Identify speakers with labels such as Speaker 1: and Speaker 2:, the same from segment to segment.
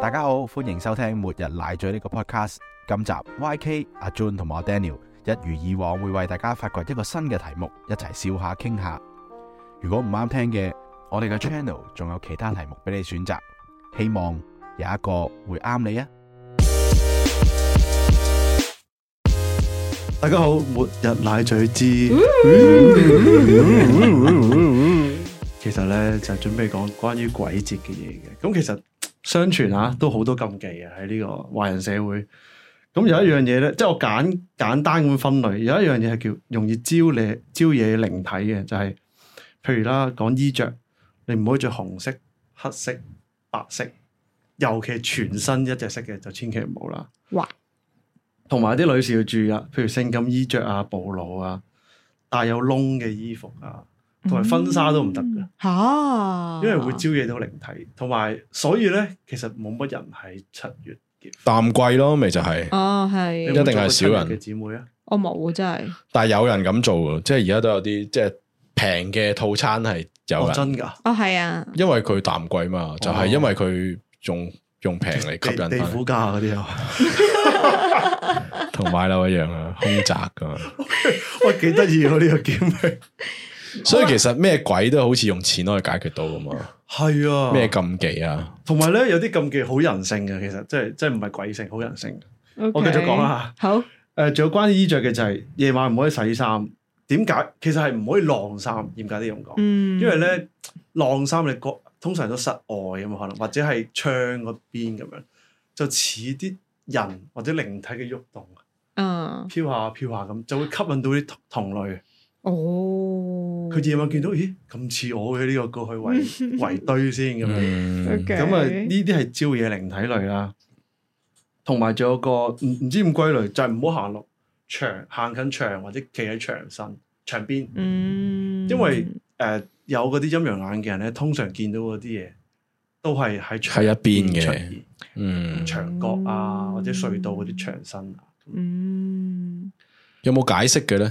Speaker 1: 大家好，歡迎收聽《末日奶嘴》呢個 podcast。今集 YK 阿 Jun 同埋我 Daniel 一如以往會為大家發掘一個新嘅題目，一齊笑下傾下。如果唔啱聽嘅，我哋嘅 channel 仲有其他題目俾你選擇，希望有一個會啱你啊！
Speaker 2: 大家好，末日奶嘴之，其實咧就準備講關於鬼節嘅嘢嘅。咁其實相傳啊，都好多禁忌嘅喺呢個華人社會。咁有一樣嘢咧，即係我簡簡單咁分類，有一樣嘢係叫容易招惹招惹靈體嘅，就係、譬如啦，講衣着，你唔可以着紅色、黑色、白色，尤其全身一隻色嘅就千祈唔好啦。
Speaker 3: 哇！
Speaker 2: 同埋啲女士要注意啦，譬如性感衣着啊、暴露啊、帶有窿嘅衣服啊，同埋婚紗都唔得嘅，
Speaker 3: 吓，
Speaker 2: 因為會招惹到靈體。同埋所以咧，其實冇乜人喺七月結婚。
Speaker 4: 淡季咯，咪就係。
Speaker 3: 哦，
Speaker 2: 你
Speaker 3: 係
Speaker 2: 有冇
Speaker 4: 一定係少
Speaker 2: 做
Speaker 4: 人
Speaker 2: 過七月嘅姊妹啊！
Speaker 3: 我冇真係，
Speaker 4: 但係有人咁做喎，即係而家都有啲即係平嘅套餐係有
Speaker 2: 哦，
Speaker 4: 人，
Speaker 2: 真哦㗎，
Speaker 3: 哦係啊，
Speaker 4: 因為佢淡季嘛，就係因為佢用用平嚟吸
Speaker 2: 地
Speaker 4: 引
Speaker 2: 地
Speaker 4: 翻，
Speaker 2: 府價嗰啲啊，
Speaker 4: 同買樓一樣啊，空宅噶嘛。
Speaker 2: 喂，幾得意喎呢個 game！
Speaker 4: 所以其實咩鬼都好似用錢可以解決到噶嘛，
Speaker 2: 係啊，
Speaker 4: 咩禁忌啊？
Speaker 2: 同埋咧，有啲禁忌好人性嘅，其實即係即係唔係鬼性，好人性嘅。我繼
Speaker 3: OK
Speaker 2: 續講，啦。
Speaker 3: 好，
Speaker 2: 誒，仲有關於衣着嘅就係夜晚唔可以洗衫。點解？其實係唔可以晾衫，嚴格啲咁講。
Speaker 3: 嗯，
Speaker 2: 因為咧晾衫你覺通常都室外咁啊，可能或者係窗嗰邊咁樣，就似啲人或者靈體嘅喐動，啊
Speaker 3: 嗯，
Speaker 2: 飄下飄下咁，就會吸引到啲同同類。
Speaker 3: 哦，
Speaker 2: 佢夜晚見到，咦咁似我嘅呢、個過去 圍圍堆先咁樣。
Speaker 4: 嗯，
Speaker 3: OK
Speaker 2: 咁啊，呢啲係招惹靈體類啦。同埋仲有個唔唔知點歸類，就係唔好行落牆，行近牆或者企喺牆身牆邊。
Speaker 3: 嗯，
Speaker 2: 因為誒、有嗰啲陰陽眼嘅人咧，通常見到嗰啲嘢都係喺
Speaker 4: 係
Speaker 2: 牆
Speaker 4: 一邊
Speaker 2: 出
Speaker 4: 嘅，
Speaker 2: 現
Speaker 4: 嗯，
Speaker 2: 牆角啊，
Speaker 3: 嗯
Speaker 2: 或者隧道嗰啲牆身啊。
Speaker 3: 嗯，
Speaker 4: 有冇解釋嘅咧？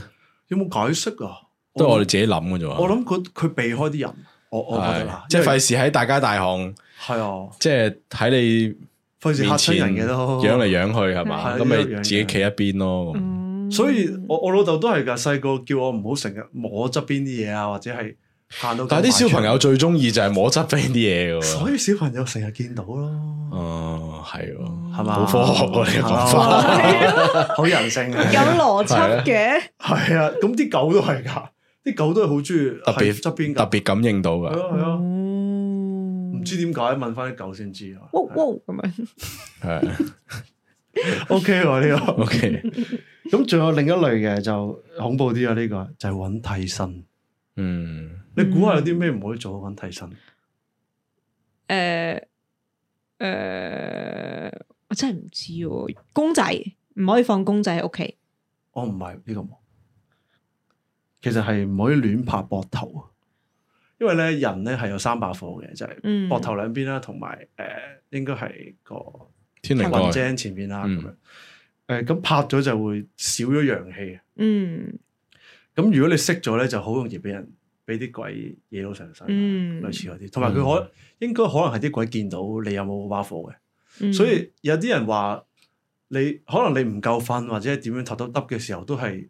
Speaker 2: 有冇解釋啊？
Speaker 4: 都係我哋
Speaker 2: 我
Speaker 4: 自己諗嘅啫嘛。
Speaker 2: 我諗佢佢避開啲人，我我覺得啦
Speaker 4: 係，即係
Speaker 2: 因為
Speaker 4: 費事喺大街大巷，
Speaker 2: 係啊，
Speaker 4: 即係喺
Speaker 2: 費
Speaker 4: 你
Speaker 2: 事嚇
Speaker 4: 面前
Speaker 2: 親人嘅都
Speaker 4: 養嚟。養去係
Speaker 2: 係
Speaker 4: 嘛，
Speaker 2: 啊
Speaker 4: 咁咪
Speaker 2: 養嚟養
Speaker 4: 自己企一邊咯。咁
Speaker 3: 嗯
Speaker 2: 所以我我老豆都係㗎，細個叫我唔好成日摸側邊啲嘢啊，或者係行到。
Speaker 4: 但係啲小朋友，最中意就係摸側邊啲嘢嘅
Speaker 2: 所
Speaker 4: 喎。
Speaker 2: 以小朋友成日見到咯，
Speaker 4: 哦，係喎，
Speaker 2: 係嘛？
Speaker 4: 好科學喎呢個講法。
Speaker 2: 法， 好人性啊！
Speaker 3: 有邏輯嘅，
Speaker 2: 係啊，咁啲狗都係㗎， 啲狗都係好中意
Speaker 4: 特
Speaker 2: 喺
Speaker 4: 別
Speaker 2: 側邊㗎
Speaker 4: 特別感應到
Speaker 2: 係
Speaker 4: 㗎，
Speaker 2: 啊係啊，
Speaker 3: 唔
Speaker 2: 唔知點解問翻啲狗先知啊。
Speaker 3: 哇哇咁樣，
Speaker 4: 係
Speaker 2: O K 喎呢
Speaker 4: OK，
Speaker 2: 個，咁仲有另一類嘅就恐怖啲啊呢個，就係揾替身。
Speaker 4: 嗯，
Speaker 2: 你估下有啲咩唔可以做揾替身？
Speaker 3: 誒誒，我真係唔知喎，公仔唔可以放公仔喺屋企，
Speaker 2: 我哦唔係呢個冇，其實係唔可以亂拍膊頭啊，因為咧人咧係有三把火嘅，就係
Speaker 3: 嗯，
Speaker 2: 膊頭兩邊啦，同埋誒應該係個
Speaker 4: 天靈
Speaker 2: 雲
Speaker 4: 蓋，
Speaker 2: 精前面啦咁
Speaker 4: 嗯
Speaker 2: 樣。誒咁拍咗就會少咗陽氣啊。
Speaker 3: 嗯
Speaker 2: 咁如果你識咗咧，就好容易俾人俾啲鬼惹到上身，啊
Speaker 3: 嗯
Speaker 2: 類似嗰啲。同埋佢可應該可能係啲鬼見到你有冇把火
Speaker 3: 嗯
Speaker 2: 嘅，所以有啲人話你可能你唔夠瞓或者點樣頭耷耷嘅時候，都係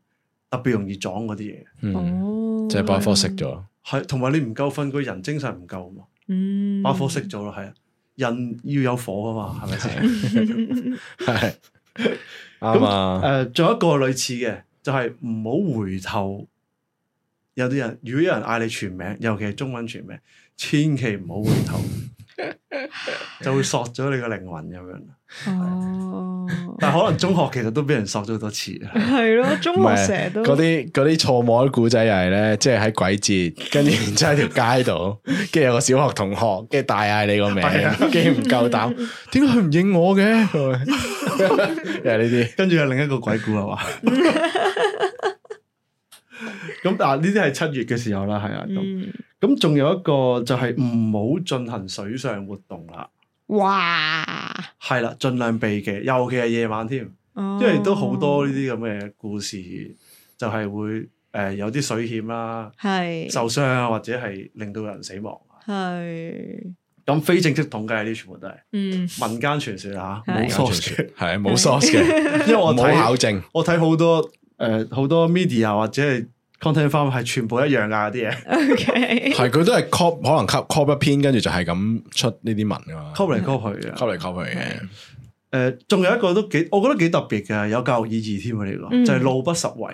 Speaker 2: 特別容易撞嗰啲嘢。
Speaker 4: 嗯，
Speaker 3: 哦，
Speaker 4: 就係把火熄咗，
Speaker 2: 係同埋你唔夠瞓，個人精神唔夠啊嘛，
Speaker 3: 嗯，
Speaker 2: 把火 熄咗咯，係啊，人要有火啊嘛，係咪先？
Speaker 4: 係啱
Speaker 2: 誒，
Speaker 4: 啊，
Speaker 2: 呃仲有一個類似嘅就係唔好回頭。有啲人如果有人嗌你全名，尤其係中文全名，千祈唔好回頭，就會索咗你個靈魂咁樣。
Speaker 3: 哦，
Speaker 2: 但係可能中學其實都俾人索咗好多次。啊
Speaker 3: 係咯，中
Speaker 4: 唔
Speaker 3: 學
Speaker 4: 係
Speaker 3: 成日都
Speaker 4: 嗰啲嗰啲錯摸啲古仔又係咧，即係喺鬼節，跟住然之後喺條街度，跟住有個小學同學，跟住大嗌你個名
Speaker 2: 係啊，
Speaker 4: 跟住唔 夠膽，點解佢唔應我嘅？又係呢啲。
Speaker 2: 跟住有另一個鬼故係嘛？咁嗱，呢啲係七月嘅時候啦，係啊。咁
Speaker 3: 嗯
Speaker 2: 咁仲有一個就係唔好進行水上活動啦，
Speaker 3: 哇，
Speaker 2: 係啦，盡量避忌，尤其係夜晚添。
Speaker 3: 因
Speaker 2: 因為都好多呢啲咁嘅故事，就係會誒、呃有啲水險啦、
Speaker 3: 係
Speaker 2: 受傷啊，或者係令到人死亡啊。
Speaker 3: 係
Speaker 2: 咁非正式統計呢啲全部都係
Speaker 3: 嗯，
Speaker 2: 民間傳說啊，
Speaker 3: 係
Speaker 2: 冇 source 嘅
Speaker 4: 系冇 source 嘅，
Speaker 2: 因為我
Speaker 4: 冇考
Speaker 2: 睇
Speaker 4: 證，
Speaker 2: 我睇好多誒好、多 media 或者係 content farm 係全部一樣㗎啲
Speaker 3: 嗯
Speaker 2: 嘢
Speaker 3: OK，
Speaker 4: 係佢都係 cop 可能 cop cop 一篇，跟住就係咁出呢啲文噶嘛
Speaker 2: ，copy 嚟 copy 去嘅。
Speaker 4: ，cop 嚟 cop 去嘅。
Speaker 2: 誒，仲、有一個都幾，我覺得幾特別嘅，有教育意義添啊！呢、個、
Speaker 3: 嗯
Speaker 2: 就係路不拾遺，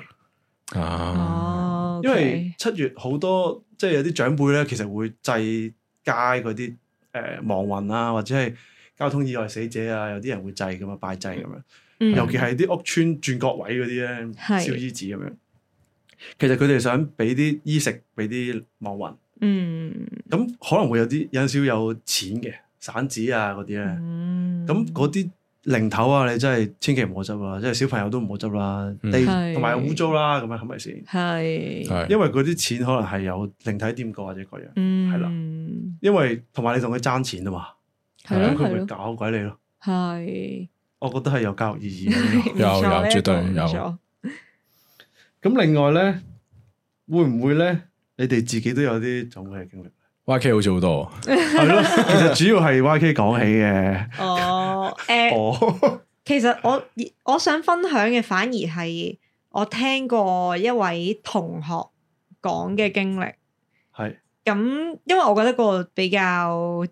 Speaker 4: 啊，
Speaker 3: 哦，
Speaker 2: 因為七月好多即係有啲長輩咧，其實會祭街嗰啲誒亡魂啊，或者係交通意外死者啊，有啲人會祭咁啊，拜祭咁樣。
Speaker 3: 嗯
Speaker 2: 尤其係啲屋村轉角位嗰啲咧，
Speaker 3: 係
Speaker 2: 燒衣紙咁樣。其實佢哋想俾啲衣食俾啲亡魂，
Speaker 3: 嗯
Speaker 2: 咁可能會有啲有陣時有錢嘅散紙啊嗰啲咧。
Speaker 3: 嗯
Speaker 2: 咁嗰啲零頭啊，你真係千祈唔好執啦，即係小朋友都唔好執啦，
Speaker 4: 嗯
Speaker 2: 地
Speaker 3: 係
Speaker 2: 同埋污糟啦，咁樣係咪先？
Speaker 3: 係
Speaker 4: 係
Speaker 2: 因為嗰啲錢可能係有靈體掂過或者各樣，
Speaker 3: 嗯
Speaker 2: 係啦因為同埋你同佢爭錢啊嘛，
Speaker 3: 係
Speaker 2: 咁
Speaker 3: 咯
Speaker 2: 佢
Speaker 3: 係
Speaker 2: 會
Speaker 3: 咯
Speaker 2: 搞鬼你咯。
Speaker 3: 係
Speaker 2: 我覺得係有教育意義嘅。
Speaker 4: 有
Speaker 3: 唔錯
Speaker 4: 有
Speaker 3: 呢
Speaker 4: 絕對
Speaker 3: 個唔
Speaker 4: 有
Speaker 3: 錯
Speaker 2: 咁另外咧，會唔會咧？你哋自己都有啲咁嘅經歷，
Speaker 4: YK 好似 好多，
Speaker 2: 係咯。其實主要係 YK 講起 嘅。
Speaker 3: 哦誒。
Speaker 2: 哦，
Speaker 3: 其實我我想分享嘅反而係我聽過一位同學講嘅經歷，
Speaker 2: 係
Speaker 3: 咁因為我覺得個比較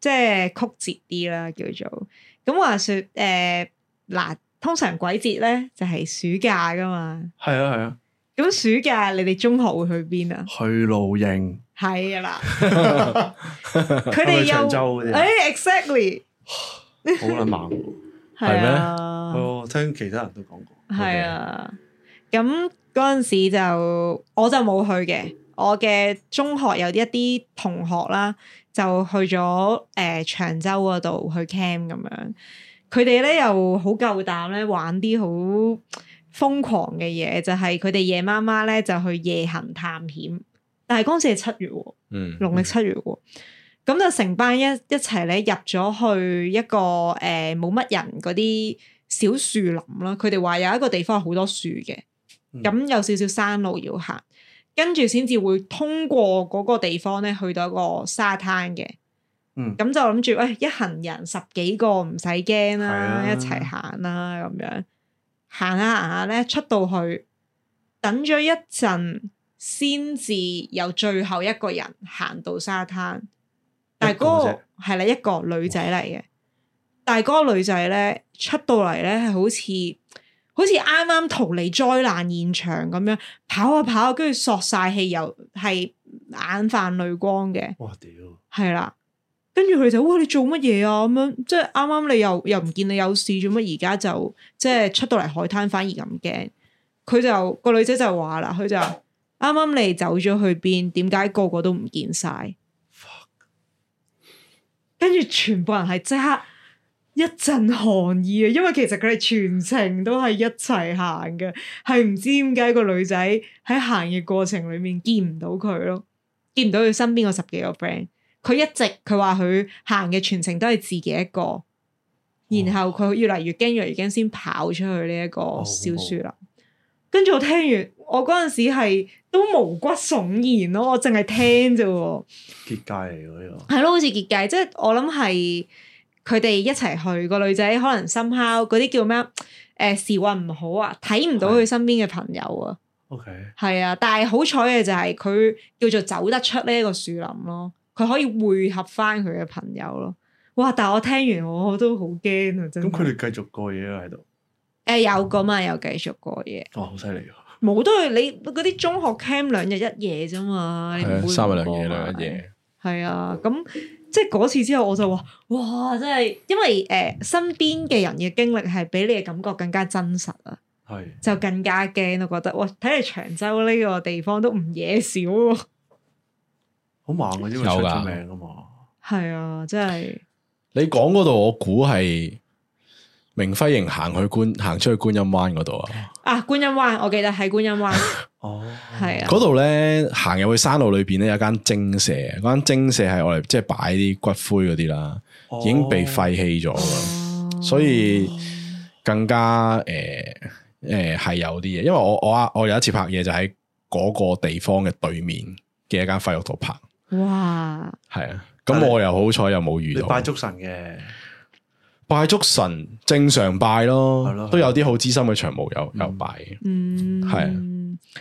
Speaker 3: 即係曲折啲啦，叫做咁話說誒嗱、通常鬼節咧就係、暑假噶嘛，
Speaker 2: 係啊係啊，
Speaker 3: 咁暑假你哋中學會去邊啊？
Speaker 2: 去露營，
Speaker 3: 係啦，
Speaker 2: 佢
Speaker 3: 佢哋
Speaker 2: 長
Speaker 3: 又
Speaker 2: 洲嗰
Speaker 3: 誒
Speaker 2: 啲啊
Speaker 3: exactly
Speaker 2: 好撚猛。
Speaker 3: 係
Speaker 4: 咩
Speaker 3: 啊。
Speaker 2: 我聽其他人都講過，
Speaker 3: 係啊，咁嗰陣時就我就冇去嘅，我嘅中學有一啲同學啦，就去咗誒、呃、長洲嗰度去 camp 咁樣，佢哋咧又好夠膽咧玩啲好瘋狂嘅嘢，就係佢哋夜媽媽咧就去夜行探險，但係嗰陣時係七月喎。
Speaker 4: 嗯，
Speaker 3: 農曆七月喎。咁就成班一一齊咧入咗去一個誒冇乜人嗰啲小樹林啦，佢哋話有一個地方係好多樹嘅，
Speaker 2: 嗯
Speaker 3: 咁有少少山路要行，跟住先至會通過嗰個地方咧去到一個沙灘嘅。
Speaker 2: 嗯
Speaker 3: 咁就諗住，喂、一行人十幾個唔使驚啦，
Speaker 2: 係啊
Speaker 3: 一齊行啦咁樣，行下行下咧，出到去等咗一陣，先至有最後一個人行到沙灘。但
Speaker 2: 一
Speaker 3: 係嗰、
Speaker 2: 個
Speaker 3: 個係啦，一個女仔嚟嘅，但係嗰個女仔咧出到嚟咧係好似好似啱啱逃離災難現場咁樣，跑啊跑啊，跟住索晒氣，又係眼泛淚光嘅。
Speaker 2: 哇屌，
Speaker 3: 係啦，跟住佢哋就哇你做乜嘢啊咁樣，即係啱啱你又又唔見你有事，做乜而家就即係出到嚟海灘反而咁驚？佢就個女仔就話啦，佢就話啱啱你走咗去邊？點解個個都唔見晒？跟住全部人係即刻一陣寒意啊！因為其實佢哋全程都係一齊行嘅，係唔知點解個女仔喺行嘅過程裏面見唔到佢咯，見唔到佢身邊嗰十幾個 friend。佢一直佢話佢行嘅全程都係自己一個，然後佢越嚟越驚，越嚟越驚，先跑出去呢一個小樹林。跟住我聽完，我嗰陣時係都毛骨悚然咯，我淨係聽啫喎。
Speaker 2: 結界嚟嘅呢
Speaker 3: 係咯，好似結界，即係我諗係佢哋一齊去個女仔，可能深烤嗰啲叫咩？啊誒時運唔好啊，睇唔到佢身邊嘅朋友啊，
Speaker 2: 個。OK，
Speaker 3: 係啊，但係好彩嘅就係佢叫做走得出呢一個樹林咯，佢可以匯合翻佢嘅朋友咯。哇！但係我聽完我都好驚啊，真
Speaker 2: 咁
Speaker 3: 係。
Speaker 2: 佢哋繼續過夜喺度，
Speaker 3: 誒有個嘛，有繼續過夜，
Speaker 2: 哇好犀利啊喎！
Speaker 3: 冇都係你嗰啲中學 camp 兩日一夜啫嘛，你唔
Speaker 4: 係
Speaker 3: 會
Speaker 4: 三日
Speaker 3: 唔
Speaker 4: 兩夜
Speaker 3: 過啊
Speaker 4: 兩夜，
Speaker 3: 係啊，咁即係嗰次之後，我就話：哇！真係，因為誒、呃身邊嘅人嘅經歷係比你嘅感覺更加真實啊，
Speaker 2: 係
Speaker 3: 就更加驚。我覺得，哇！睇嚟長洲呢個地方都唔嘢少喎。
Speaker 2: 好猛啊，因為
Speaker 4: 有
Speaker 2: 出
Speaker 4: 㗎
Speaker 2: 咗名啊嘛。
Speaker 3: 係啊，真係
Speaker 4: 你講嗰度，我估係明輝營行去觀行出去觀音灣嗰度啊。
Speaker 3: 啊！觀音灣，我記得喺觀音 灣，
Speaker 2: 哦，
Speaker 3: 係啊，
Speaker 4: 嗰度咧行入去山路裏邊咧有間精舍，嗰間精舍係我哋即係擺啲骨灰嗰啲啦，
Speaker 2: 哦
Speaker 4: 已經被廢棄咗啦，所以更加誒誒係有啲嘢。因為我我啊我有一次拍嘢就喺嗰個地方嘅對面嘅一間廢屋度拍，
Speaker 3: 哦哇！
Speaker 4: 係啊，咁我又好彩又冇遇
Speaker 2: 你
Speaker 4: 到。
Speaker 2: 拜足神嘅，
Speaker 4: 拜足神正常拜
Speaker 2: 係咯
Speaker 4: 咯，都有啲好資深嘅長毛有有
Speaker 2: 嗯
Speaker 4: 拜嘅。
Speaker 3: 嗯，
Speaker 4: 係啊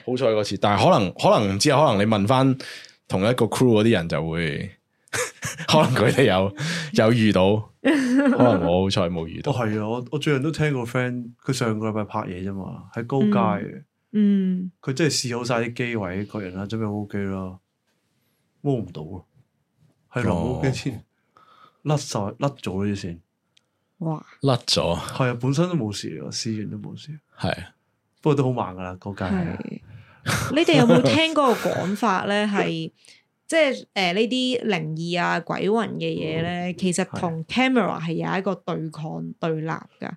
Speaker 4: 好彩嗰次，但係可能可能唔知，可能你問翻同一個 crew 嗰啲人就會， 可能佢 哋有有遇到，可能我好彩冇遇
Speaker 2: 哦
Speaker 4: 到。
Speaker 2: 係啊，我我最近都聽個 friend，佢上個禮拜拍嘢啫嘛，喺高街嘅，
Speaker 3: 嗯，
Speaker 2: 佢真係試好晒啲機位各人啦，啊準備好機啦，摸唔到啊，係咯，
Speaker 4: 哦
Speaker 2: 機先甩晒甩咗呢啲線，
Speaker 3: 哇，
Speaker 4: 甩咗，
Speaker 2: 係啊，本身都冇事啊，試完都冇事，
Speaker 4: 係
Speaker 2: 不過都好慢噶啦，嗰
Speaker 3: 係
Speaker 2: 街，
Speaker 3: 你哋有冇聽過個講法 咧？係即係誒呢啲靈異啊、鬼魂嘅嘢
Speaker 2: 嗯
Speaker 3: 咧，其實同 camera 係有一個對抗對立㗎，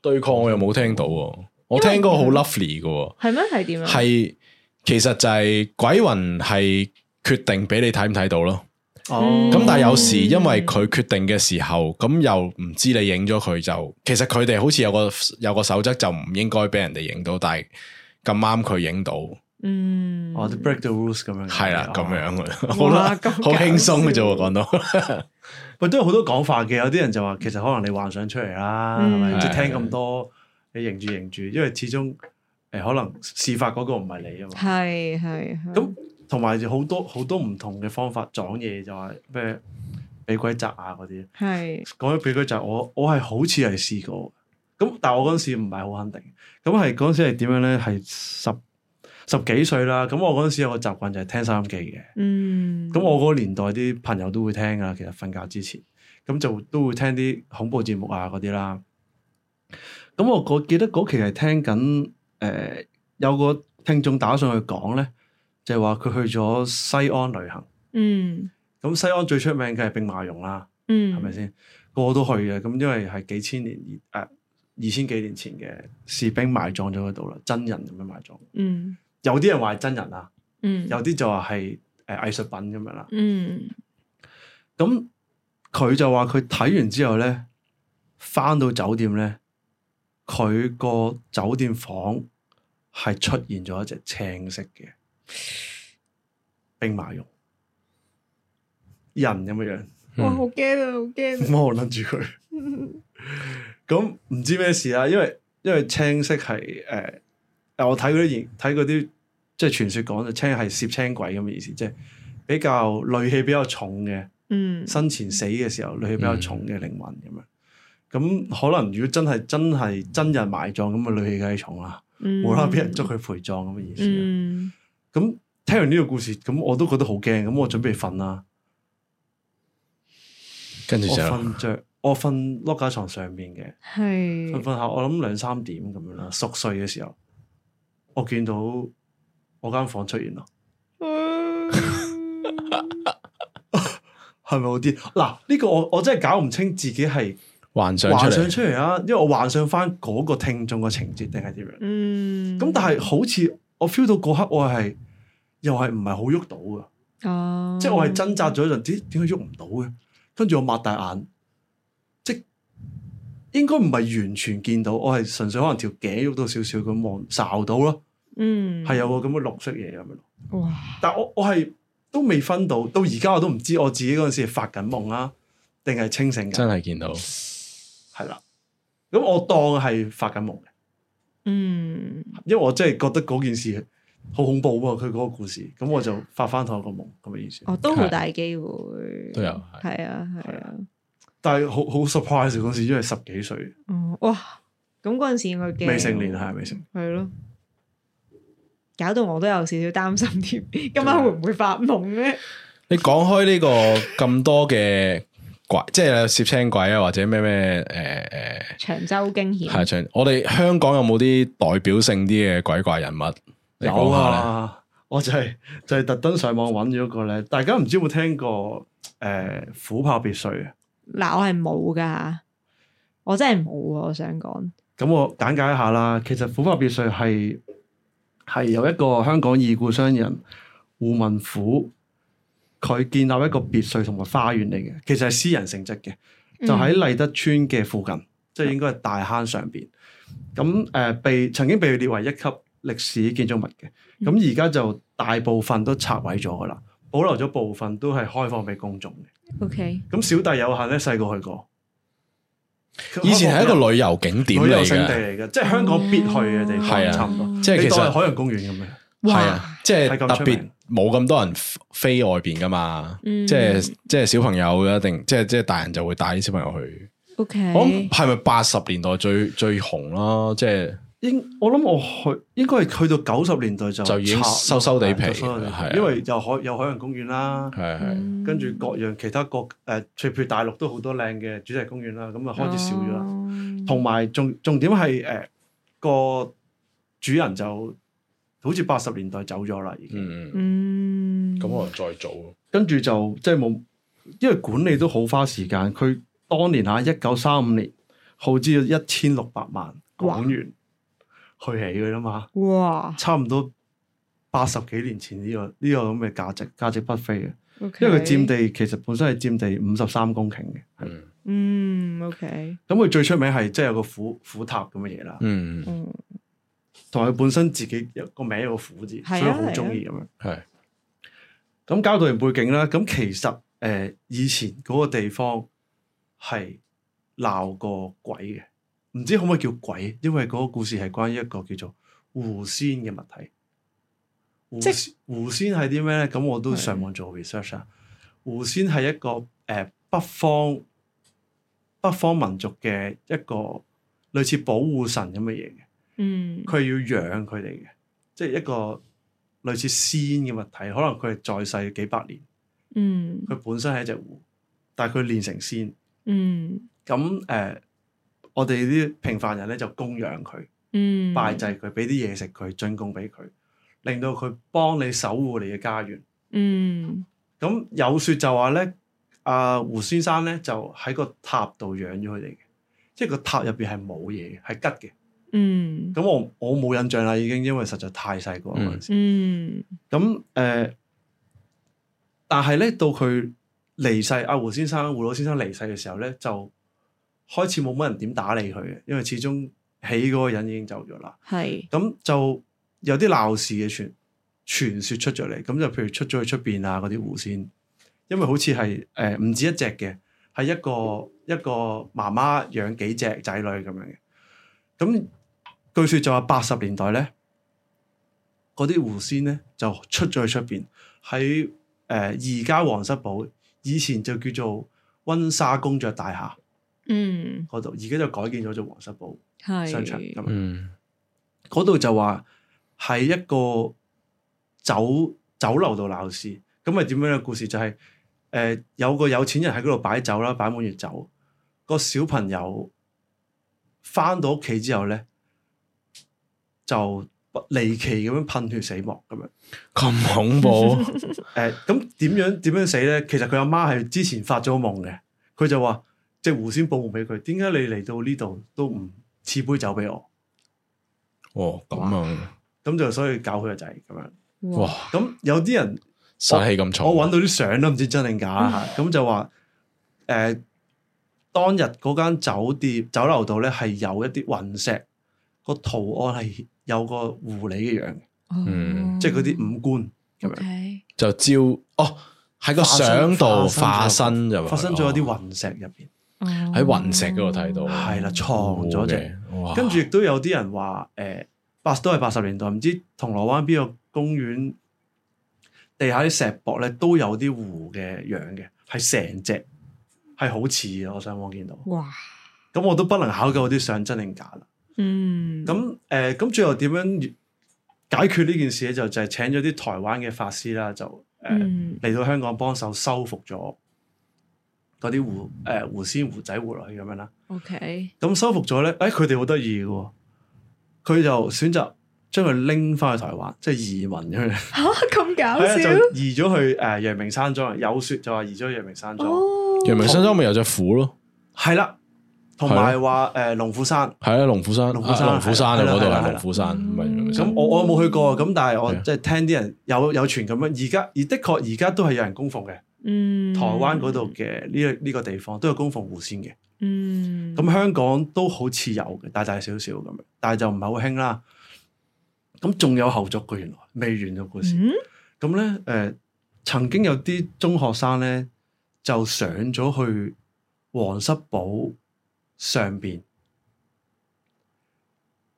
Speaker 4: 對抗我又冇聽到喎，我
Speaker 3: 因為
Speaker 4: 聽過好 lovely 嘅喎，
Speaker 3: 係咩？係點啊？
Speaker 4: 係其實就係鬼魂係決定俾你睇唔睇到咯。
Speaker 2: 哦，
Speaker 4: 咁但係有
Speaker 3: 時
Speaker 4: 時因為佢決定嘅時候，咁又唔知你影咗佢就，其實佢哋好似有個有個守則就唔應該俾人哋影到，但係咁啱佢影到，
Speaker 3: 嗯，
Speaker 2: 哦啲 break the rules 咁樣，
Speaker 4: 係啦
Speaker 2: 哦
Speaker 4: 咁樣嘅，
Speaker 3: 哇
Speaker 4: 好啦，
Speaker 3: 咁
Speaker 4: 好輕鬆嘅啫喎，講到
Speaker 2: 喂，都有好多講法嘅，有啲人就話其實可能你幻想出嚟啦，係咪？
Speaker 3: 嗯
Speaker 2: 即係
Speaker 4: 係
Speaker 2: 聽咁多，你認住認住，因為始終誒、可能事發嗰個唔係你啊嘛。
Speaker 3: 係係係
Speaker 2: 咁同埋就好多好多唔同嘅方法撞嘢，就話咩俾鬼砸啊嗰啲。
Speaker 3: 係
Speaker 2: 講起俾鬼砸，我我係好似係試過，咁但係我嗰陣時唔係好肯定。咁係嗰陣時係點樣咧？係十十幾歲啦。咁我嗰陣時有個習慣就係聽收音機嘅。
Speaker 3: 嗯，
Speaker 2: 咁我嗰個年代啲朋友都會聽噶，其實瞓覺之前，咁就都會聽啲恐怖節目啊嗰啲啦。咁我我記得嗰期係聽緊誒、呃有個聽眾打上去講咧，就係話佢去咗西安旅行。
Speaker 3: 嗯
Speaker 2: 咁西安最出名嘅係兵馬俑啦，
Speaker 3: 嗯
Speaker 2: 係咪先？個個都去嘅，咁因為係幾千年誒、呃二千幾年前嘅士兵埋葬咗喺度啦，真人咁樣埋葬。
Speaker 3: 嗯
Speaker 2: 有啲人話係真人啊，
Speaker 3: 嗯
Speaker 2: 有啲就話係誒藝術品咁樣啦。
Speaker 3: 嗯
Speaker 2: 咁佢就話佢睇完之後咧，翻到酒店咧，佢個酒店房係出現咗一隻青色嘅兵馬俑，人咁嘅樣，
Speaker 3: 哇
Speaker 4: 嗯
Speaker 3: 好驚啊好驚啊
Speaker 2: 咁我諗住佢，咁唔知咩事啦，啊因為因為青色係誒、呃，我睇嗰啲研睇嗰啲即係傳說講就青係攝青鬼咁嘅意思，即係比較戾氣比較重嘅。
Speaker 3: 嗯
Speaker 2: 生前死嘅時候，戾氣比較重嘅靈魂咁樣。咁可能如果真係真係真人埋葬咁啊，戾氣梗係重啦，無啦啦俾人捉去陪葬咁嘅意思啦。
Speaker 3: 嗯
Speaker 2: 咁、聽完呢個故事，咁我都覺得好驚，咁我準備瞓啦，
Speaker 4: 跟住
Speaker 2: 我
Speaker 4: 就
Speaker 2: 瞓着，我瞓碌架床上面嘅，
Speaker 3: 係
Speaker 2: 瞓瞓下，我諗兩三點咁樣啦，熟睡嘅時候，我見到我間房出現咯，係咪好啲？嗱，呢、個我我真係搞唔清自己係
Speaker 4: 幻想出
Speaker 2: 幻想
Speaker 4: 嚟，
Speaker 2: 出嚟啊，因為我幻想翻嗰個聽眾嘅情節定係點樣。
Speaker 3: 嗯
Speaker 2: 咁但係好似我 feel 到嗰刻我係又係唔係好喐到嘅，
Speaker 3: 係哦，
Speaker 2: 即係我係掙扎咗一陣，點點解喐唔到嘅？跟住我擘大眼，即應該唔係完全見到，我係純粹可能條頸喐到少少咁望睄到咯，
Speaker 3: 嗯
Speaker 2: 係有個咁嘅綠色嘢咁樣。
Speaker 3: 哇
Speaker 2: 但我我係都未分到，到而家我都唔知我自己嗰陣時係發緊夢啦，定係清醒
Speaker 4: 真
Speaker 2: 緊，
Speaker 4: 係見到
Speaker 2: 係啦。咁我當係發緊夢嘅，
Speaker 3: 嗯
Speaker 2: 因為我真係覺得嗰件事好恐怖啊！佢嗰個故事，咁我就發翻同一個夢咁嘅意思。
Speaker 3: 哦都好大機會
Speaker 4: 都有係
Speaker 3: 係啊係啊
Speaker 2: 但係好好 surprise 嗰時，因為十幾歲，
Speaker 3: 哦哇咁嗰陣時應該驚
Speaker 2: 未成年係未成年。
Speaker 3: 係咯。搞到我都有少少擔心添， 今晚會唔會發夢咧？
Speaker 4: 你講開呢個咁多嘅鬼，即係攝青鬼啊，或者咩咩
Speaker 3: 長
Speaker 4: 誒
Speaker 3: 洲驚險
Speaker 4: 誒係長，我哋香港有冇啲代表性啲嘅鬼怪人物？你
Speaker 2: 有
Speaker 4: 講下咧，
Speaker 2: 啊，我就係、就係、特登上網揾咗個咧，大家唔知有冇聽過誒、呃虎豹別墅啊？
Speaker 3: 嗱，我係冇噶，我真係冇啊！我想講，
Speaker 2: 咁我簡介一下啦。其實虎豹別墅係係有一個香港已故商人胡文虎，佢建立一個別墅同埋花園嚟嘅，其實係私人性質嘅。
Speaker 3: 嗯
Speaker 2: 就喺麗德村嘅附近，即係應該係大坑上邊。咁誒、呃被曾經被列為一級歷史建築物嘅，咁而家就大部分都拆毀咗噶啦，保留咗部分都係開放俾公眾嘅。
Speaker 3: 嗯 OK，
Speaker 2: 咁小弟有幸咧細個去過，
Speaker 4: 以前係一個旅遊景點
Speaker 2: 旅
Speaker 4: 嚟
Speaker 2: 遊勝地
Speaker 4: 嘅，
Speaker 2: 嚟嘅，即係香港必去嘅地方，
Speaker 4: 係啊
Speaker 2: 差唔多。
Speaker 4: 即係
Speaker 2: 你
Speaker 4: 其
Speaker 2: 當係
Speaker 4: 實
Speaker 2: 海洋公園咁樣，
Speaker 4: 係
Speaker 3: 哇，
Speaker 4: 啊，即係
Speaker 2: 係咁
Speaker 4: 特
Speaker 2: 出
Speaker 4: 別
Speaker 2: 名
Speaker 4: 冇咁多人飛外邊噶嘛，
Speaker 3: 嗯
Speaker 4: 即係即係小朋友一定即係即係大人就會帶啲小朋友去。
Speaker 3: ，OK，
Speaker 4: 我諗係咪八十年代最最紅啦？即係
Speaker 2: 應我諗我去應該係去到九十年代就
Speaker 4: 就已經
Speaker 2: 拆
Speaker 4: 收收地皮
Speaker 2: 就收收地皮
Speaker 4: 係啊
Speaker 2: 因為有海有海洋公園啦。
Speaker 4: 係係
Speaker 3: 嗯
Speaker 2: 跟住各樣其他國誒，呃譬如大陸都好多靚嘅主題公園啦，咁啊開始少咗啦。
Speaker 3: 哦
Speaker 2: 同埋重重點係誒個主人就好似八十年代走咗啦，已經。
Speaker 4: 嗯嗯，
Speaker 3: 嗯，
Speaker 4: 咁可能再早
Speaker 2: 跟住就即係冇，因為管理都好花時間。佢當年啊嚇一九三五年耗資咗一千六百萬港元去起嘅啦嘛，
Speaker 3: 哇
Speaker 2: 差唔多八十幾年前呢、個呢、個咁嘅價值價值不菲嘅，
Speaker 3: ，OK，
Speaker 2: 因為佢佔地其實本身係佔地五十三公頃嘅。係
Speaker 4: 嗯
Speaker 3: 嗯，OK，
Speaker 2: 咁佢最出名係即係有個虎虎塔咁嘅嘢啦，
Speaker 4: 嗯嗯
Speaker 3: 嗯，
Speaker 2: 同埋佢本身自己有個名有個虎字，
Speaker 3: 係
Speaker 2: 所
Speaker 3: 啊
Speaker 2: 以好中意咁樣。
Speaker 4: 嗯係
Speaker 2: 咁交代完背景啦，咁其實誒、呃以前嗰個地方係鬧過鬼嘅，唔知可唔可以叫鬼？因為嗰個故事係關於一個叫做狐仙嘅物體。狐
Speaker 3: 即
Speaker 2: 仙狐仙係啲咩咧？咁我都
Speaker 3: 係
Speaker 2: 上網做 research 啊。狐仙係一個誒、呃北方北方民族嘅一個類似保護神咁嘅嘢嘅。
Speaker 3: 嗯，
Speaker 2: 佢要養佢哋嘅，即係一個類似仙嘅物體。可能佢係在世幾百年，
Speaker 3: 嗯，
Speaker 2: 佢本身係一隻狐，但係佢練成仙。
Speaker 3: 嗯，
Speaker 2: 咁誒、呃我哋啲平凡人咧就供養佢、
Speaker 3: 嗯，
Speaker 2: 拜祭佢，俾啲嘢食佢，進貢俾佢，令到佢幫你守護你嘅家園。
Speaker 3: 嗯，
Speaker 2: 咁有説就話咧，阿、胡先生咧就喺個塔度養咗佢哋嘅，即係個塔入邊係冇嘢嘅，係吉嘅。
Speaker 3: 嗯，
Speaker 2: 咁我我冇印象啦，已經因為實在太細個嗰陣時。
Speaker 3: 嗯，
Speaker 2: 咁誒、呃但係咧到佢離世，阿胡先生、胡老先生離世嘅時候咧，就開始冇乜人點打理佢嘅，因為始終起嗰個人已經走咗啦。
Speaker 3: 係，
Speaker 2: 咁就有啲鬧事嘅傳傳說出咗嚟，咁就譬如出咗去出邊啊嗰啲狐仙，因為好似係誒唔止一隻嘅，係一個一個媽媽養幾隻仔女咁樣嘅。咁據說就話八十年代咧，嗰啲狐仙咧就出咗去出邊，喺誒而家皇室堡，以前就叫做温莎公爵大廈
Speaker 3: 嗯，
Speaker 2: 嗰度，而家就改建咗做皇室堡
Speaker 3: 係，
Speaker 2: 商場咁樣。
Speaker 4: 嗯
Speaker 2: 嗰度就話係一個酒酒樓度鬧事，咁係點樣嘅故事就係、呃有個有錢人喺嗰度擺酒啦，擺滿月酒。個小朋友翻到屋企之後咧，就不離奇咁樣噴血死亡咁樣。
Speaker 4: 咁恐怖，
Speaker 2: 誒咁點樣點樣死咧？其實佢阿媽係之前發咗個夢嘅，佢就話隻狐仙報夢俾佢，點解你嚟到呢度都唔賜杯酒俾我？
Speaker 4: 哦咁啊，
Speaker 2: 咁就所以搞佢個仔咁樣。
Speaker 3: 哇，
Speaker 4: 哇，
Speaker 2: 咁有啲人。
Speaker 4: 殺氣咁
Speaker 2: 我
Speaker 4: 重，
Speaker 2: 揾到啲相都唔知真定假啦
Speaker 4: 嗯
Speaker 2: 嚇咁就話誒、呃，當日嗰間酒店酒樓度咧係有一啲雲石個圖案係有個狐狸嘅樣嘅，
Speaker 3: 아.
Speaker 4: 嗯
Speaker 2: 即係嗰啲五官咁樣
Speaker 3: ，OK，
Speaker 4: 就招哦喺個相度化
Speaker 2: 化
Speaker 4: 身
Speaker 2: 身
Speaker 4: 就哦
Speaker 2: 發生咗一啲雲石入邊，
Speaker 3: 아.
Speaker 4: 喺雲石嗰度睇到
Speaker 2: 係啦、藏
Speaker 4: 哦
Speaker 2: 咗隻。
Speaker 4: 嘅，哇
Speaker 2: 跟住亦都有啲人話誒，八、都係八十年代，唔知銅鑼灣邊個公園地下啲石壆咧都有啲狐嘅樣嘅，係成隻係好似嘅，我上網見到。
Speaker 3: 哇，
Speaker 2: 咁我都不能考究啲相真定假啦。
Speaker 3: 嗯，
Speaker 2: 咁誒，呃咁、最後點樣解決呢件事咧？就就係請咗啲台灣嘅法師啦，就呃誒嚟、
Speaker 3: 嗯，
Speaker 2: 到香港幫手修復咗嗰啲狐誒狐仙、狐仔、狐女咁樣啦。
Speaker 3: ，OK，
Speaker 2: 咁修復咗咧，誒佢哋好得意嘅喎，佢就選擇將佢拎翻去台灣，即係移民咁樣。
Speaker 3: 吓咁搞
Speaker 2: 係啊，
Speaker 3: 笑，
Speaker 2: 就移咗去誒、呃、陽明山莊，有説就話移咗去陽明山莊，
Speaker 3: 哦，
Speaker 4: 陽明山莊咪有隻虎咯，
Speaker 2: 係啦、同埋話誒龍虎山。
Speaker 4: 係啊，龍虎山，
Speaker 2: 龍虎山
Speaker 4: 啊龍虎山啊
Speaker 2: 係啦
Speaker 4: 嗰度
Speaker 2: 係啦
Speaker 4: 係
Speaker 2: 係啦
Speaker 4: 龍虎山，唔係陽明山
Speaker 2: 咁。我我
Speaker 3: 嗯
Speaker 2: 冇去過，咁但係我
Speaker 4: 係啊
Speaker 2: 即係聽啲人有有傳咁樣，而家而的確而家都係有人供奉嘅，
Speaker 3: 嗯，
Speaker 2: 台灣嗰度，嘅呢呢個地方都有供奉狐仙嘅，
Speaker 3: 嗯，
Speaker 2: 咁香港都好似有嘅，大大小小咁樣，但係就唔係好興啦。咁仲有後續嘅原來未完嘅故事，
Speaker 3: 嗯，
Speaker 2: 咁咧誒曾經有啲中學生咧就上咗去皇室堡上邊，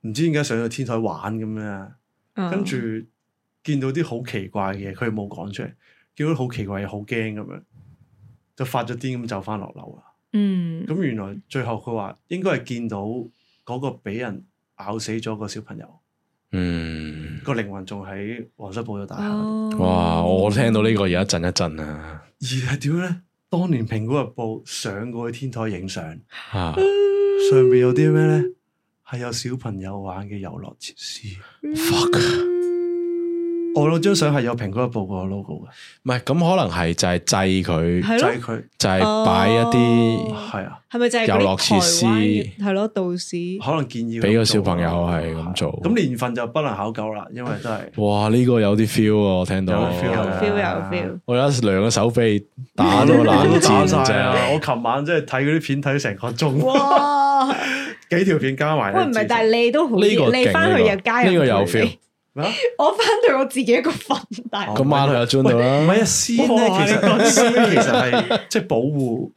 Speaker 2: 唔知點解上咗天台玩咁樣。啊
Speaker 3: 嗯
Speaker 2: 跟住見到啲好奇怪嘅嘢，佢冇講出嚟，見到啲好奇怪嘢，好驚咁樣，就發咗癲咁走翻落樓啦。啊
Speaker 3: 嗯
Speaker 2: 咁原來最後佢話應該係見到嗰個俾人咬死咗個小朋友，
Speaker 4: 嗯，
Speaker 2: 個靈魂仲喺皇室堡度大廈嗰度。
Speaker 3: 哦
Speaker 4: 哇！我聽到呢個而家震一震啊，
Speaker 2: 而係點咧？當年《蘋果日報》上過去天台影相，
Speaker 4: 啊，
Speaker 2: 上邊有啲咩咧？係有小朋友玩嘅遊樂設施。
Speaker 4: fuck
Speaker 2: 我攞張相係有《蘋果日報》個 logo 嘅，
Speaker 4: 唔係咁可能係就係制佢，
Speaker 3: 係
Speaker 2: 就
Speaker 3: 咯
Speaker 2: 係佢
Speaker 4: 就係擺一啲
Speaker 3: 哦
Speaker 2: 係啊。
Speaker 3: 係咪就係嗰
Speaker 4: 遊
Speaker 3: 啲
Speaker 4: 樂設施
Speaker 3: 台灣嘅係咯，道士
Speaker 2: 可能建議佢
Speaker 4: 俾個
Speaker 2: 咁做
Speaker 4: 小朋友
Speaker 2: 咯
Speaker 4: 係咁做
Speaker 2: 咁年份就不能考究啦，因為都係
Speaker 4: 哇！呢個有啲 feel 啊，我聽到
Speaker 2: 有 feel
Speaker 3: 有
Speaker 2: 啊
Speaker 3: feel 有 feel。
Speaker 4: 我而家兩個手臂打到冷
Speaker 2: 打
Speaker 4: 戰
Speaker 2: 晒啊！
Speaker 4: 啫。
Speaker 2: 我琴晚真係睇嗰啲片睇成個鐘，
Speaker 3: 哇！
Speaker 2: 幾條片加埋。
Speaker 3: 喂，唔係，但係你都好
Speaker 4: 呢個
Speaker 3: 啲，
Speaker 4: 勁
Speaker 3: 你翻去
Speaker 4: 呢
Speaker 3: 又
Speaker 4: 個
Speaker 3: 加入
Speaker 4: 呢個
Speaker 3: 陪
Speaker 4: 有
Speaker 3: 你
Speaker 4: feel
Speaker 2: 咩啊
Speaker 3: 我翻去我自己一個瞓，但係
Speaker 2: 哦
Speaker 4: 今晚去阿 Jun 度
Speaker 2: 唔
Speaker 4: 啦，
Speaker 2: 係啊，先咧
Speaker 3: 哇
Speaker 2: 其
Speaker 3: 你講
Speaker 2: 實先其實係即係保護，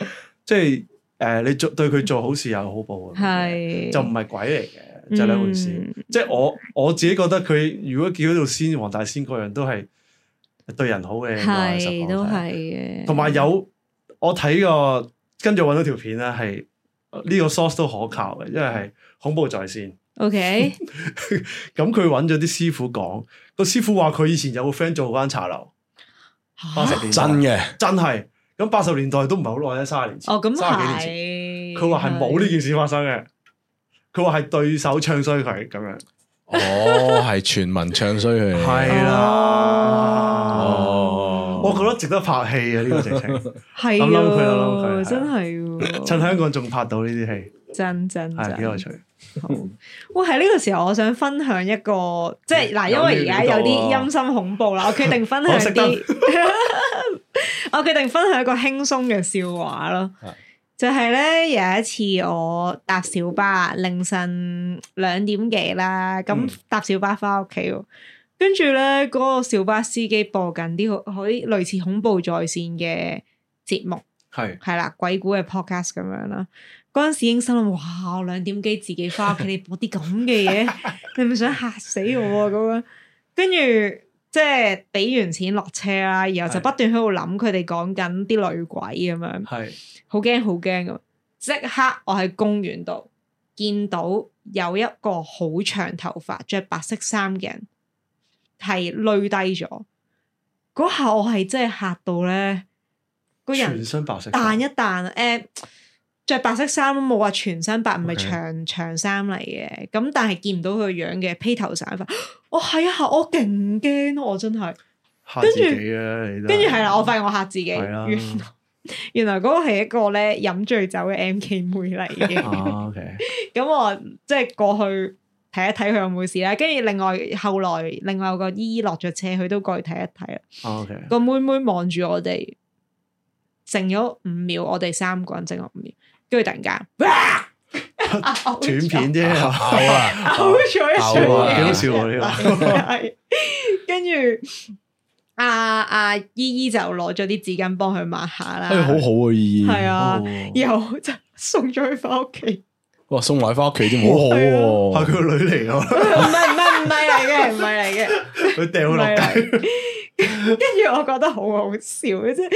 Speaker 2: 即係誒你做對佢做好事有好報嘅，啊
Speaker 3: 係
Speaker 2: 就唔係鬼嚟嘅，就兩回事。
Speaker 3: 嗯
Speaker 2: 即係我我自己覺得佢如果叫到先黃大仙嗰樣都係對人好嘅，老實
Speaker 3: 係
Speaker 2: 講
Speaker 3: 都係嘅，
Speaker 2: 同埋有我睇個跟住揾到條片咧，係呢個 source 都可靠嘅，因為係
Speaker 3: 嗯
Speaker 2: 恐怖在線。
Speaker 3: OK，
Speaker 2: 咁佢揾咗啲師傅講，個師傅話佢以前有個 friend 做嗰間茶樓，八十年代
Speaker 4: 真嘅。
Speaker 2: 真係。咁八十年代都唔係好耐啫，三十年前，
Speaker 3: 哦咁
Speaker 2: 三十幾年前，
Speaker 3: 係，
Speaker 2: 佢話係冇呢件事發生嘅。佢話係對手唱衰佢咁樣，
Speaker 4: 哦，係全民唱衰佢。
Speaker 2: 係啊啦。
Speaker 4: 哦，
Speaker 2: 我覺得值得拍戲啊！呢個直情，
Speaker 3: 係
Speaker 2: 諗諗佢諗諗佢
Speaker 3: 喎真係喎
Speaker 2: 趁香港仲拍到呢啲戲，
Speaker 3: 真真
Speaker 2: 係幾有趣
Speaker 3: 真。。好，哇！喺呢個時候，我想分享一個，即
Speaker 2: 嗯
Speaker 3: 係嗱，因為而家有啲陰森恐 怖啦，我決定分享啲， 我決定分享一個輕鬆嘅笑話咯
Speaker 4: 係。
Speaker 3: 就係咧，有一次我搭小巴，凌晨兩點幾啦，
Speaker 2: 嗯
Speaker 3: 咁搭小巴翻屋企喎，跟住咧嗰個小巴司機播緊啲好好啲類似恐怖在線嘅節目。
Speaker 2: 係
Speaker 3: 係啦，鬼故嘅 podcast 咁樣啦。嗰陣時已經心諗，哇！我兩點幾自己翻屋企，你播啲咁嘅嘢， 你咪想嚇死我啊咁樣。跟住即係俾完錢落車啦，然後就
Speaker 2: 係
Speaker 3: 不斷喺度諗佢哋講緊啲女鬼咁樣，
Speaker 2: 係
Speaker 3: 好驚好驚咁。即刻我喺公園度見到有一個好長頭髮、着白色衫嘅人係累低咗。嗰下我係真係嚇到咧，個人
Speaker 2: 全身白色，
Speaker 3: 彈一彈，誒、着白色衫冇話全身白，唔係
Speaker 4: OK
Speaker 3: 長長衫嚟嘅，咁但係見唔到佢個樣嘅，披頭散髮， 我係啊，我勁驚咯，我真係，
Speaker 2: 嚇
Speaker 3: 跟
Speaker 2: 自
Speaker 3: 住
Speaker 2: 己啊！你都
Speaker 3: 跟住係啦，我發現我嚇自己，
Speaker 2: 係啦
Speaker 3: 原來 原來嗰個係一個咧飲醉酒嘅 M K 妹嚟嘅，
Speaker 2: 啊，OK，
Speaker 3: 咁我即係過去睇一睇佢有冇事啦，跟住另外後來另外有個姨姨落咗車，佢都過去睇一睇啦。
Speaker 2: 啊，OK，
Speaker 3: 個妹妹望住我哋，靜咗五秒，我哋三個人靜咗五秒，跟住突然間， 哇！斷
Speaker 2: 短片啫，
Speaker 4: 好啊，
Speaker 3: 嘔咗一
Speaker 4: 嘔
Speaker 3: 出
Speaker 4: 啊
Speaker 3: 嚟，
Speaker 4: 幾好
Speaker 2: 笑啊呢個
Speaker 3: 係 跟住阿阿姨姨就攞咗啲紙巾幫佢抹下啦，
Speaker 4: 哎，好好啊，意
Speaker 3: 係啊，
Speaker 2: 係
Speaker 3: 然後就送咗佢翻屋企，
Speaker 4: 哇，送埋翻屋企添，好好喎。
Speaker 2: 啊
Speaker 3: 啊
Speaker 2: 佢個女嚟
Speaker 3: 唔
Speaker 2: 㗎，
Speaker 3: 係唔係唔係嚟嘅，唔係嚟嘅。
Speaker 2: 佢掉
Speaker 3: 唔
Speaker 2: 落
Speaker 3: 係啦
Speaker 2: 街，
Speaker 3: 跟住我覺得好好笑，即係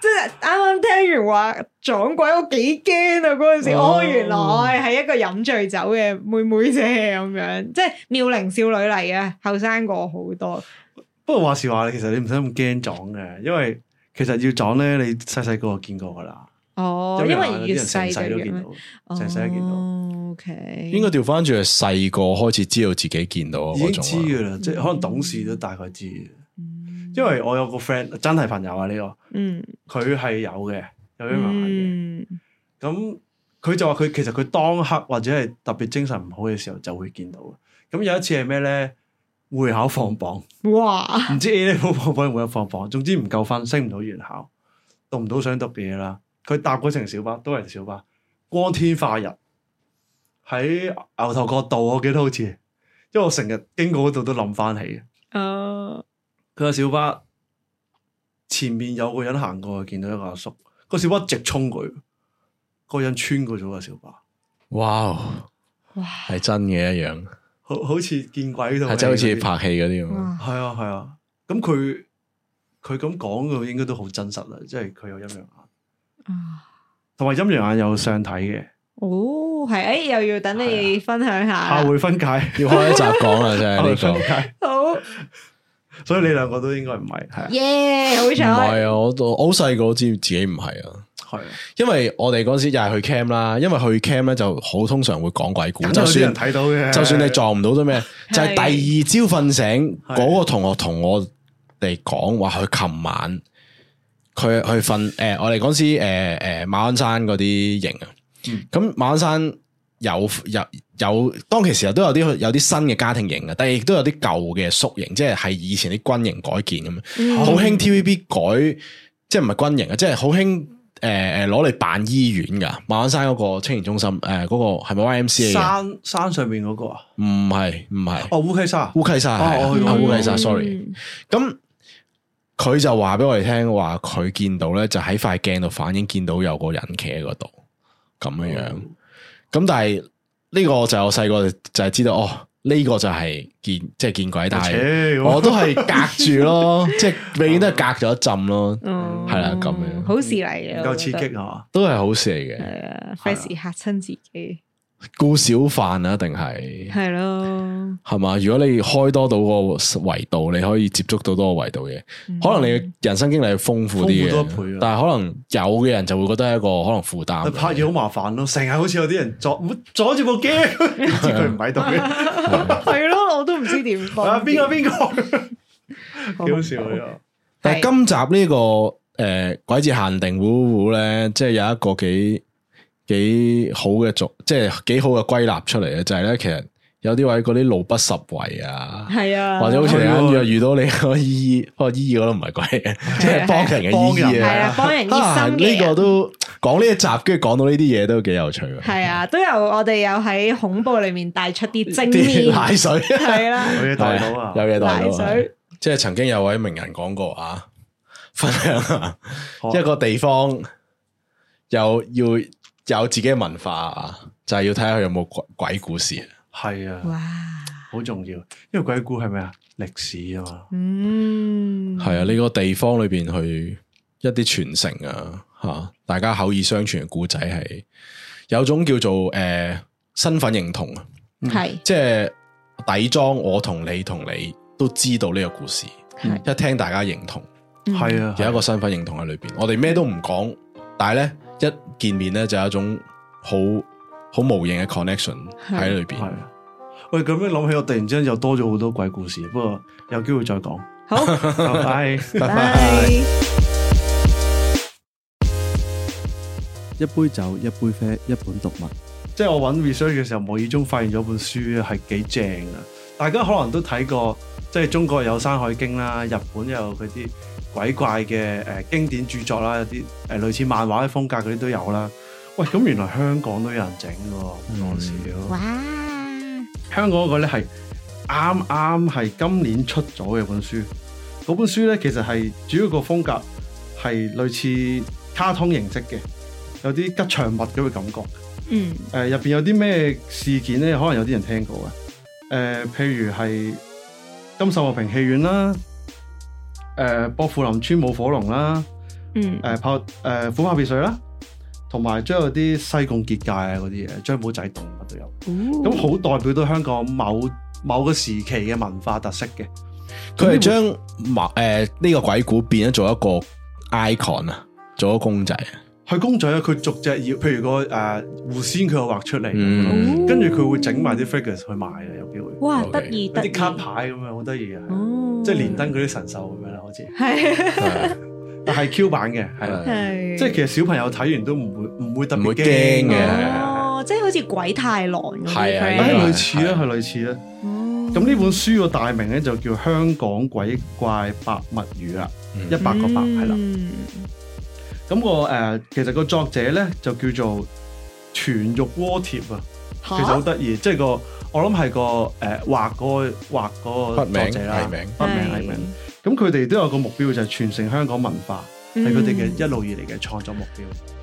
Speaker 3: 即係啱啱聽完話撞鬼，我幾驚啊！嗰陣時，
Speaker 2: 哦
Speaker 3: 哦，原來係一個飲醉酒嘅妹妹啫，咁樣即係妙齡少女嚟嘅，後生過我好多。
Speaker 2: 不過話時話，其實你唔使咁驚撞嘅，因為其實要撞咧，你細細個就見過㗎啦，
Speaker 3: 哦，因為越
Speaker 2: 有啲人
Speaker 3: 細
Speaker 2: 成世
Speaker 3: 就
Speaker 2: 都
Speaker 3: 越
Speaker 2: 見
Speaker 3: 咩
Speaker 2: 到，成世都見到，
Speaker 3: O K，
Speaker 4: 應該調翻轉係細個開始知道自己見到
Speaker 2: 已
Speaker 4: 嗰
Speaker 2: 經知
Speaker 4: 種啊。
Speaker 2: 㗎啦，即係
Speaker 3: 嗯
Speaker 2: 可能懂事都大概知嘅。因為我有個 friend 真係朋友啊，呢
Speaker 3: 嗯
Speaker 2: 個佢係有嘅，有啲麻煩嘅。
Speaker 3: 嗯
Speaker 2: 咁佢就話佢其實佢當刻或者係特別精神唔好嘅時候就會見到嘅。咁有一次係咩咧？會考放榜，唔
Speaker 3: 哇
Speaker 2: 知 A level 放榜定會考放榜，總之唔夠分，升唔到原校，讀唔到想讀嘅嘢啦。佢搭嗰程小巴都係小巴，光天化日喺牛頭角道，我記得好似，因為我成日經過嗰度都諗翻起嘅。
Speaker 3: 啊
Speaker 2: 佢個小巴前面有個人行過，見到一個阿叔，個小巴直衝佢，個人穿過咗個小巴，
Speaker 4: 哇，
Speaker 3: 哇
Speaker 4: 係真嘅一樣，
Speaker 2: 好好似見鬼咁。
Speaker 4: 係真係好似拍戲嗰啲咁。
Speaker 3: 哇
Speaker 2: 係啊係啊，咁佢佢咁講嘅應該都好真實啦，即係佢有陰陽眼，
Speaker 3: 啊
Speaker 2: 同埋陰陽眼有相睇嘅，
Speaker 3: 哦，係诶，誒又要等你分享下啦
Speaker 2: 下回分解，
Speaker 4: 要開一集講啦，真
Speaker 2: 下
Speaker 4: 係
Speaker 2: 回
Speaker 4: 啊呢
Speaker 2: 分
Speaker 4: 個。
Speaker 2: 解，
Speaker 3: 好
Speaker 2: 所以你兩個都應該唔係，係啊
Speaker 3: 耶，好
Speaker 4: 唔係
Speaker 3: 彩
Speaker 4: 啊，我我好細個都知自己唔係啊，
Speaker 2: 係啊，
Speaker 4: 因為我哋嗰陣時又係去 cam 啦，因為去 cam 咧就好通常會講鬼故，
Speaker 2: 梗係
Speaker 4: 就
Speaker 2: 有啲人
Speaker 4: 算
Speaker 2: 睇到嘅，
Speaker 4: 就算你撞唔到都咩，
Speaker 3: 係
Speaker 4: 就係第二朝瞓醒
Speaker 2: 係
Speaker 4: 嗰個同學同我哋講話，佢琴晚佢去瞓诶，我哋嗰陣時诶诶馬鞍山嗰啲營啊
Speaker 2: 嗯，
Speaker 4: 咁馬鞍山有有有當其時都有啲有啲新嘅家庭營啊嘅，但係亦都有啲舊嘅宿營，即係係以前啲軍營改建咁樣。
Speaker 3: 嗯
Speaker 4: 好興 TVB 改，即係唔係軍營啊，即係好興诶诶攞嚟辦醫院噶，馬鞍山嗰個青年中心诶嗰、個係咪 YMCA 嘅？
Speaker 2: 山山上面嗰個啊，
Speaker 4: 唔係唔係，
Speaker 2: 哦烏溪沙，
Speaker 4: 烏溪沙
Speaker 2: 哦
Speaker 4: 係啊
Speaker 2: 我
Speaker 3: 嗯
Speaker 2: 去過
Speaker 4: 啊烏溪
Speaker 2: 其
Speaker 4: 沙
Speaker 2: 實
Speaker 4: ，sorry。咁佢就話俾我哋聽話，佢見到咧就喺塊鏡度反映見到有個人企喺嗰度咁樣樣。咁但係呢個就我細個就係知道哦，呢、個就係見即係見鬼，但係
Speaker 2: 切
Speaker 4: 我都係隔住 咯，即係永遠都係隔咗一浸咯。
Speaker 3: 嗯，
Speaker 4: 係啦咁樣
Speaker 3: 好事嚟嘅，
Speaker 2: 唔夠刺激係嘛？
Speaker 4: 都係好事嚟嘅，
Speaker 3: 係啊，費事嚇親自己，
Speaker 4: 顧小販啊，一定係
Speaker 3: 係咯，嗯
Speaker 4: 係嘛？如果你開多到個維度，你可以接觸到多個維度嘅，可能你
Speaker 3: 嗯
Speaker 4: 嘅人生經歷係豐富啲
Speaker 2: 豐富多一倍
Speaker 4: 嘅
Speaker 2: 啊，
Speaker 4: 但係可能有嘅人就會覺得係一個可能負擔。
Speaker 2: 拍嘢好麻煩咯，成日好似有啲人阻阻住部 機，點知佢唔喺度 嘅，
Speaker 3: 係咯，我都唔知點分
Speaker 2: 啊 邊個邊個，
Speaker 3: 好
Speaker 2: 幾好笑啊！
Speaker 4: 但係今集呢、個诶、呃鬼節限定糊糊咧，即係有一個幾幾好嘅族，即係幾好嘅歸納出嚟嘅，就係呢，咧其實有啲位嗰啲路不拾遺啊。
Speaker 3: 係啊，
Speaker 4: 或者好似你
Speaker 2: 係
Speaker 4: 啱
Speaker 2: 喎
Speaker 4: 約遇到你嗰個姨姨，不過姨姨我都唔係鬼， 即係幫人嘅姨姨
Speaker 2: 幫
Speaker 3: 係
Speaker 4: 啊
Speaker 3: 啊，。幫人熱
Speaker 4: 啊！
Speaker 3: 心
Speaker 4: 呢
Speaker 3: 嘅
Speaker 4: 個
Speaker 3: 人。
Speaker 4: 都講呢一集，跟住講到呢啲嘢都幾有趣嘅。
Speaker 3: 係啊，都有我哋有喺恐怖裏面帶出啲正
Speaker 4: 啲
Speaker 3: 面，
Speaker 4: 奶水
Speaker 3: 係啦，
Speaker 2: 有嘢袋到啊！
Speaker 4: 有嘢代
Speaker 3: 奶
Speaker 4: 到啊。
Speaker 3: 水，
Speaker 4: 即係曾經有位名人講過啊， 分享下
Speaker 2: 好
Speaker 4: 一個地方有要有自己嘅文化啊，就係要睇下佢有冇鬼鬼故事。
Speaker 2: 係啊，
Speaker 3: 哇，
Speaker 2: 好重要，因為鬼故係咩啊？歷史啊嘛，
Speaker 3: 嗯，
Speaker 4: 係啊，呢個地方裏邊去一啲傳承啊，吓大家口耳相傳嘅故仔係有種叫做诶、呃身份認同啊，
Speaker 3: 係
Speaker 4: 即係底裝我同你同你都知道呢個故事，
Speaker 3: 係嗯
Speaker 4: 一聽大家認同，
Speaker 2: 係啊，
Speaker 4: 有一個身份認同喺裏邊。我哋咩都唔講，但係咧一見面咧就有一種好好無形嘅 connection 喺裏
Speaker 2: 係
Speaker 4: 邊。
Speaker 2: 啊。喂，咁樣諗起，我突然之間又多咗好多鬼故事，不過有機會再講。
Speaker 3: 好，
Speaker 2: 拜拜。
Speaker 4: 拜
Speaker 3: 拜。
Speaker 2: 一杯酒，一杯啡，一本讀物。即係我揾 research 嘅時候，無意中發現咗本書咧係幾正啊！大家可能都睇過，即係中國有《山海經》啦，日本有佢啲鬼怪嘅誒、呃經典著作啦，有啲誒、呃、類似漫畫嘅風格嗰啲都有啦。喂，咁原來香港都有人整嘅喎，唔講少。
Speaker 3: 哇，
Speaker 2: 香港嗰個咧係啱啱係今年出咗嘅本書。嗰本書咧其實係主要個風格係類似卡通形式嘅，有啲吉祥物咁嘅感覺。
Speaker 3: 嗯，
Speaker 2: 誒入邊有啲咩事件咧，可能有啲人聽過嘅。誒、呃譬如係金秀和平戲院啦，誒、呃薄扶林村舞火龍啦，
Speaker 3: 嗯
Speaker 2: 誒、，炮誒、虎豹別墅啦，同埋將有啲西貢結界啊嗰啲嘢，張保仔洞乜都有。咁
Speaker 3: 咁
Speaker 2: 好代表到香港某某個時期嘅文化特色嘅，
Speaker 4: 佢係將麻诶呢個鬼故變咗做一個 icon 啊，做咗公仔啊。
Speaker 2: 佢公仔咧，佢逐隻要，譬如個誒、呃狐仙佢又畫出嚟，
Speaker 4: 嗯
Speaker 2: 跟住佢會整埋啲 figures 去賣嘅，有機會
Speaker 3: 哇，
Speaker 4: OK
Speaker 3: 得意
Speaker 2: 有
Speaker 3: 得意
Speaker 2: 啲，卡牌咁樣，好得意嘅，係啊
Speaker 3: 哦，
Speaker 2: 即係連登嗰啲神獸咁樣啦，好似
Speaker 3: 係
Speaker 2: 但係 Q 版嘅，係啦，
Speaker 4: 係
Speaker 3: 係，
Speaker 2: 即係其實小朋友睇完都唔會唔會特
Speaker 4: 唔會
Speaker 2: 別
Speaker 4: 驚
Speaker 2: 驚啊
Speaker 4: 嘅係
Speaker 3: 哦，即係好似鬼太郎咁啲
Speaker 4: 係啊
Speaker 3: friend
Speaker 2: 係
Speaker 4: 應該
Speaker 2: 類似啦，係類似啦。
Speaker 3: 哦
Speaker 2: 咁呢本書個大名咧就叫《香港鬼怪百物語》啦，
Speaker 4: 嗯
Speaker 2: 一百個百係啦。
Speaker 3: 嗯
Speaker 2: 咁個誒其實個作者咧就叫做全肉鍋貼啊，其實好
Speaker 3: 嚇
Speaker 2: 得意，即係呃個我諗係個誒畫嗰個畫嗰個
Speaker 4: 筆
Speaker 2: 作
Speaker 4: 名
Speaker 2: 者
Speaker 4: 藝
Speaker 2: 啦，
Speaker 4: 名。
Speaker 2: 筆名藝名。啊咁佢哋都有個目標就係傳承香港文化，係佢哋嘅一路以嚟嘅創作目標。